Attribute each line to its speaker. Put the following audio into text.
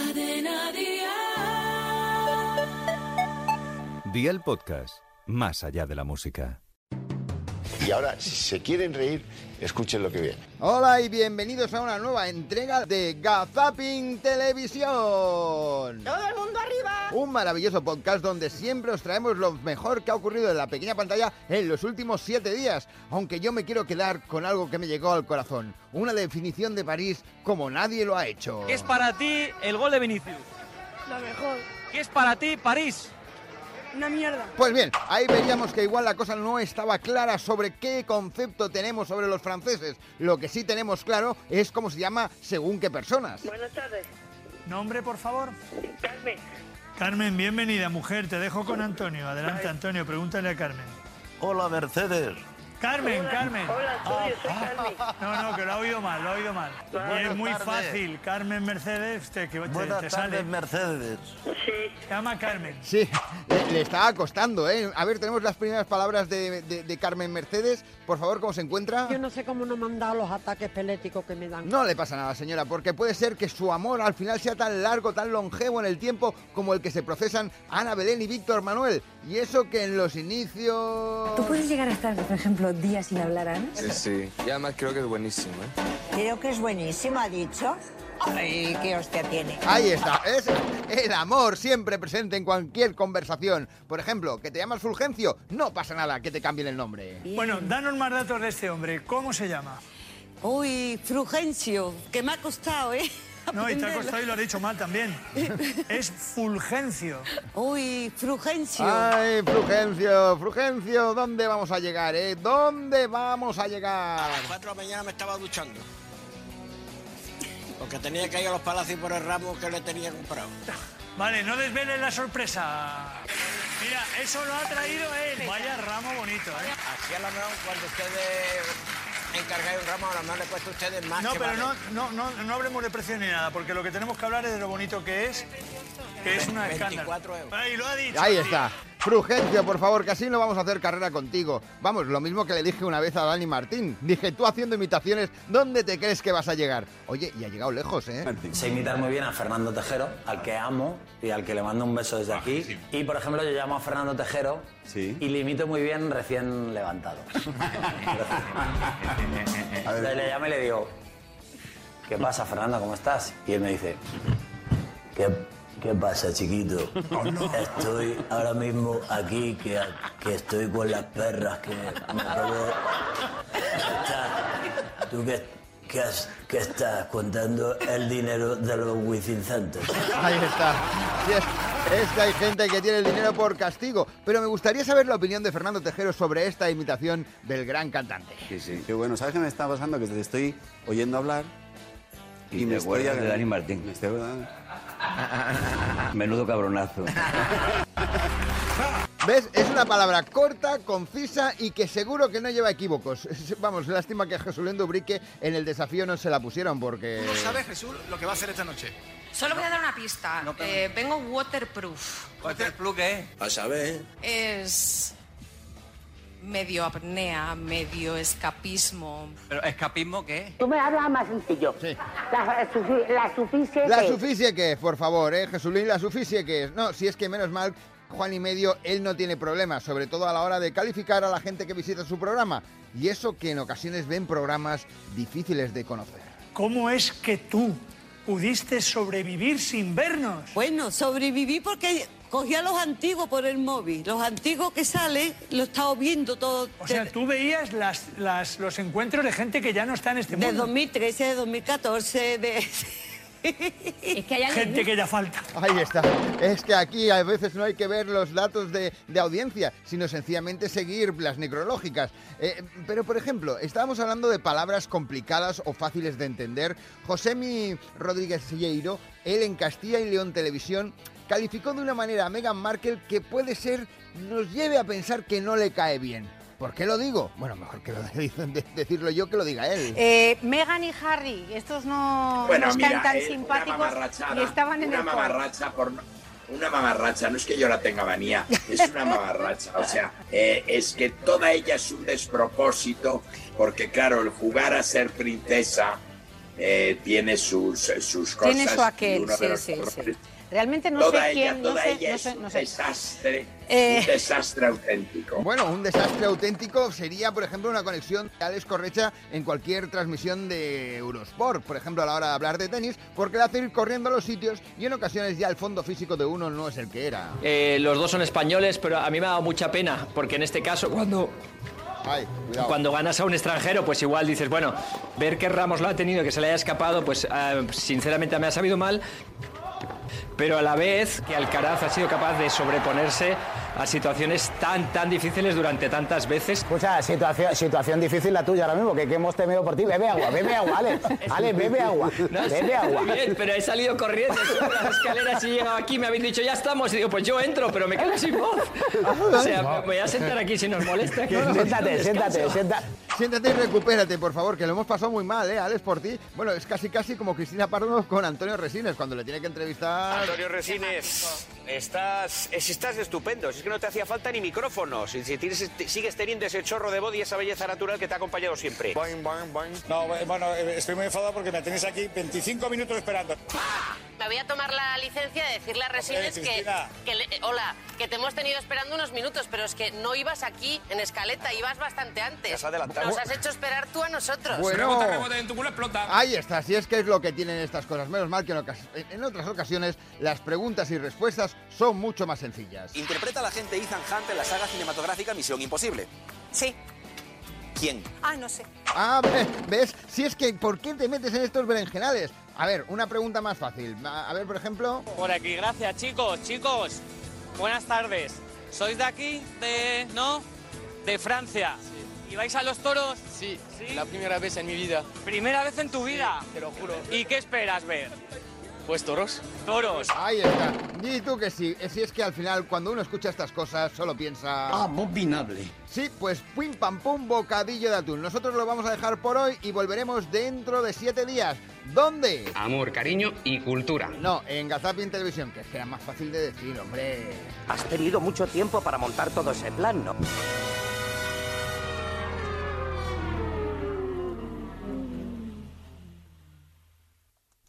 Speaker 1: Cadena
Speaker 2: Día el podcast, más allá de la música.
Speaker 3: Y ahora, si se quieren reír, escuchen lo que viene.
Speaker 4: Hola y bienvenidos a una nueva entrega de Gazapin Televisión.
Speaker 5: ¡Todo el mundo arriba!
Speaker 4: Un maravilloso podcast donde siempre os traemos lo mejor que ha ocurrido en la pequeña pantalla en los últimos siete días. Aunque yo me quiero quedar con algo que me llegó al corazón. Una definición de París como nadie lo ha hecho.
Speaker 6: ¿Qué es para ti el gol de Vinicius?
Speaker 7: Lo mejor.
Speaker 6: ¿Qué es para ti París?
Speaker 7: Una mierda.
Speaker 4: Pues bien, ahí veríamos que igual la cosa no estaba clara sobre qué concepto tenemos sobre los franceses. Lo que sí tenemos claro es cómo se llama según qué personas.
Speaker 8: Buenas tardes,
Speaker 9: Nombre, por favor.
Speaker 8: Carmen.
Speaker 9: Carmen, bienvenida, mujer. Te dejo con Antonio. Adelante, Antonio. Pregúntale a Carmen.
Speaker 10: Hola, Mercedes.
Speaker 9: Carmen,
Speaker 8: Hola,
Speaker 9: Carmen.
Speaker 8: Hola, Antonio, soy
Speaker 11: Ah,
Speaker 8: Carmen.
Speaker 9: No, no, que lo ha oído mal, lo ha oído mal.
Speaker 8: Buenas
Speaker 9: Y es muy
Speaker 10: tardes.
Speaker 9: fácil. Carmen Mercedes, te, que te-
Speaker 10: Buenas
Speaker 9: te
Speaker 10: tardes,
Speaker 9: sale.
Speaker 10: Mercedes.
Speaker 8: Sí,
Speaker 9: Llama Carmen.
Speaker 4: Sí, le, le estaba costando, ¿eh? A ver, tenemos las primeras palabras de, de- de Carmen Mercedes. Por favor, ¿cómo se encuentra?
Speaker 12: Yo no sé cómo no me han dado los ataques peléticos que me dan.
Speaker 4: No le pasa nada, señora, porque puede ser que su amor al final sea tan largo, tan longevo en el tiempo como el que se procesan Ana Belén y Víctor Manuel. Y eso que en los inicios...
Speaker 13: ¿Tú puedes llegar a estar, por ejemplo, días sin hablar, Ana?
Speaker 14: Sí, y además creo que es buenísimo, ¿eh?
Speaker 12: Creo que es buenísimo, ha dicho. Ay, qué hostia tiene.
Speaker 4: Ahí está, es el amor siempre presente en cualquier conversación. Por ejemplo, que te llamas Fulgencio, no pasa nada que te cambien el nombre.
Speaker 9: Bueno, danos más datos de este hombre. ¿Cómo se llama?
Speaker 12: Uy, Frugencio, que me ha costado, ¿eh?
Speaker 9: No, y te ha
Speaker 12: Aprenderlo.
Speaker 9: costado y lo has dicho mal también. Es Fulgencio.
Speaker 12: Uy, Frugencio.
Speaker 4: Ay, Fulgencio, Fulgencio, ¿dónde vamos a llegar, eh? ¿Dónde vamos a llegar?
Speaker 14: Cuatro de la mañana me estaba duchando. Porque tenía que ir a los palacios por el ramo que le tenía comprado.
Speaker 9: Vale, no desveles la sorpresa. Mira, eso lo ha traído él. Vaya ramo bonito, ¿eh?
Speaker 14: Así a lo mejor cuando ustedes encargáis un ramo, a lo mejor le cuesta a ustedes más
Speaker 9: No,
Speaker 14: que
Speaker 9: pero
Speaker 14: Ah, vale.
Speaker 9: no, no, no, no hablemos de precio ni nada, porque lo que tenemos que hablar es de lo bonito que es, que es una escándalo.
Speaker 14: 24 euros.
Speaker 9: Ahí lo ha dicho.
Speaker 4: Ahí
Speaker 9: tío.
Speaker 4: está. Fulgencio, por favor, que así no vamos a hacer carrera contigo. Vamos, lo mismo que le dije una vez a Dani Martín. Dije, tú haciendo imitaciones, ¿dónde te crees que vas a llegar? Oye, y ha llegado lejos, ¿eh?
Speaker 10: Sé imitar muy bien a Fernando Tejero, al que amo y al que le mando un beso desde aquí. Y, por ejemplo, yo llamo a Fernando Tejero y le imito muy bien recién levantado. Entonces le llamo y le digo, ¿qué pasa, Fernando? ¿Cómo estás? Y él me dice, ¿qué, qué pasa, chiquito?
Speaker 14: Oh,
Speaker 10: Estoy ahora mismo aquí, que, que estoy con las perras, que me acabo de- Está- ¿Tú qué, qué has- qué estás contando el dinero de los Within Centers?
Speaker 4: Ahí está. Sí, es, es que hay gente que tiene el dinero por castigo. Pero me gustaría saber la opinión de Fernando Tejero sobre esta imitación del gran cantante.
Speaker 10: Sí, sí.
Speaker 14: Qué bueno, ¿sabes qué me está pasando? Que te estoy oyendo hablar.
Speaker 10: Y, me acuerdas de Dani Martín. Menudo cabronazo.
Speaker 4: ¿Ves? Es una palabra corta, concisa y que seguro que no lleva equívocos. Vamos, lástima que a Jesulén Dubrique en el desafío no se la pusieron porque...
Speaker 6: Jesús lo que va a hacer esta noche?
Speaker 5: Solo voy a dar una pista. Eh, vengo waterproof.
Speaker 6: ¿Waterplug qué?
Speaker 14: A saber.
Speaker 5: Es medio apnea, medio escapismo.
Speaker 6: ¿Pero escapismo qué?
Speaker 7: Tú me hablas más sencillo.
Speaker 4: Sí.
Speaker 7: La, sufi- la suficie
Speaker 4: La
Speaker 7: que-
Speaker 4: suficie que es, por favor, ¿eh? Jesulín, la suficie que es. No, si es que menos mal, Juan y medio, él no tiene problemas, sobre todo a la hora de calificar a la gente que visita su programa. Y eso que en ocasiones ven programas difíciles de conocer.
Speaker 9: ¿Cómo es que tú pudiste sobrevivir sin vernos?
Speaker 12: Bueno, sobreviví porque cogí a los antiguos por el móvil. Los antiguos que salen, lo he estado viendo todo.
Speaker 9: O sea,
Speaker 12: de-
Speaker 9: tú veías las, las, los encuentros de gente que ya no está en este
Speaker 12: de
Speaker 9: mundo.
Speaker 12: 2013, de 2014, de...
Speaker 13: Es que hay alguien...
Speaker 9: Gente que ya falta.
Speaker 4: Ahí está. Es que aquí a veces no hay que ver los datos de, de audiencia, sino sencillamente seguir las necrológicas. Eh, pero, por ejemplo, estábamos hablando de palabras complicadas o fáciles de entender. Josemi Rodríguez Silleiro, él en Castilla y León Televisión, calificó de una manera a Meghan Markle que puede ser nos lleve a pensar que no le cae bien. ¿Por qué lo digo? Bueno, mejor que lo de- de- decirlo yo que lo diga él.
Speaker 7: Megan Eh, y Harry, estos no, no están
Speaker 9: eh,
Speaker 7: tan simpáticos y estaban en el coro.
Speaker 14: por una mamarracha, no es que yo la tenga manía, es una mamarracha, o sea, eh, es que toda ella es un despropósito, porque claro, el jugar a ser princesa
Speaker 15: eh, tiene sus, sus cosas.
Speaker 12: Tiene su aquel,
Speaker 15: y uno de
Speaker 12: sí,
Speaker 15: los
Speaker 12: sí, sí.
Speaker 15: errores-
Speaker 12: Realmente no
Speaker 15: toda
Speaker 12: sé
Speaker 15: ella,
Speaker 12: quién, no
Speaker 15: toda
Speaker 12: sé-
Speaker 15: ella
Speaker 12: no
Speaker 15: es
Speaker 12: sé-
Speaker 15: un
Speaker 12: no sé.
Speaker 15: desastre,
Speaker 12: Eh.
Speaker 15: un desastre auténtico.
Speaker 4: Bueno, un desastre auténtico sería, por ejemplo, una conexión de Alex Correcha en cualquier transmisión de Eurosport, por ejemplo, a la hora de hablar de tenis, porque le hace ir corriendo a los sitios y en ocasiones ya el fondo físico de uno no es el que era.
Speaker 14: Eh, los dos son españoles, pero a mí me ha dado mucha pena, porque en este caso, cuando,
Speaker 4: Ay, cuidado.
Speaker 14: cuando ganas a un extranjero, pues igual dices, bueno, ver que Ramos lo ha tenido, que se le haya escapado, pues ah, sinceramente me ha sabido mal, pero a la vez que Alcaraz ha sido capaz de sobreponerse a situaciones tan, tan difíciles durante tantas veces.
Speaker 16: Escucha, situación, situación difícil la tuya ahora mismo, que, que hemos temido por ti. Bebe agua, bebe agua, Alex. Alex, bebe agua,
Speaker 14: No, sí,
Speaker 16: bebe agua.
Speaker 14: muy bien, pero he salido corriendo subo las escaleras y he llegado aquí, me habéis dicho, ya estamos. Y digo, pues yo entro, pero me quedo sin voz. O sea, me voy a sentar aquí si nos molesta. que
Speaker 4: Siéntate,
Speaker 14: no
Speaker 4: siéntate,
Speaker 14: descanso.
Speaker 4: siéntate. Siéntate y recupérate, por favor, que lo hemos pasado muy mal, ¿eh, Alex, por ti? Bueno, es casi casi como Cristina Pardo con Antonio Resines cuando le tiene que entrevistar...
Speaker 17: Antonio Resines, estás, es- estás estupendo. Si Es que no te hacía falta ni micrófonos. Y Si tienes, te- sigues teniendo ese chorro de body y esa belleza natural que te ha acompañado siempre.
Speaker 18: No, bueno, eh, estoy muy enfadado porque me tenéis aquí 25 minutos esperando.
Speaker 19: Me voy a tomar la licencia de decirle a Resines
Speaker 18: Eh,
Speaker 19: que,
Speaker 18: Cristina.
Speaker 19: que le- hola, que te hemos tenido esperando unos minutos, pero es que no ibas aquí en escaleta, ibas bastante antes.
Speaker 17: Te has adelantado.
Speaker 19: Nos has hecho esperar tú a nosotros.
Speaker 4: Bueno, ahí está, si es que es lo que tienen estas cosas. Menos mal que en, ocas- en otras ocasiones las preguntas y respuestas son mucho más sencillas.
Speaker 17: Interpreta a la gente Ethan Hunt en la saga cinematográfica Misión Imposible.
Speaker 11: Sí.
Speaker 17: ¿Quién?
Speaker 11: Ah, no sé.
Speaker 4: Ah, ve- ¿ves? Si es que, ¿por qué te metes en estos berenjenales? A ver, una pregunta más fácil. A a ver, por ejemplo...
Speaker 9: Por aquí, gracias, chicos, chicos. Buenas tardes. ¿Sois de aquí? ¿De. no? De Francia. ¿Y vais a los toros? Sí, la primera vez en mi vida. ¿Primera vez en tu vida? Te lo juro. ¿Y qué esperas ver? Pues toros. Toros.
Speaker 4: Ahí está. Y tú que sí. eh, Si es que al final, cuando uno escucha estas cosas, solo piensa...
Speaker 10: Ah. Abominable.
Speaker 4: Sí, pues pim pam pum, bocadillo de atún. Nosotros lo vamos a dejar por hoy y volveremos dentro de siete días. ¿Dónde?
Speaker 14: Ah.
Speaker 10: Amor, cariño y cultura.
Speaker 4: No, en Gazapin Televisión, que es que era más fácil de decir, hombre.
Speaker 11: Has tenido mucho tiempo para montar todo ese plan, ¿no?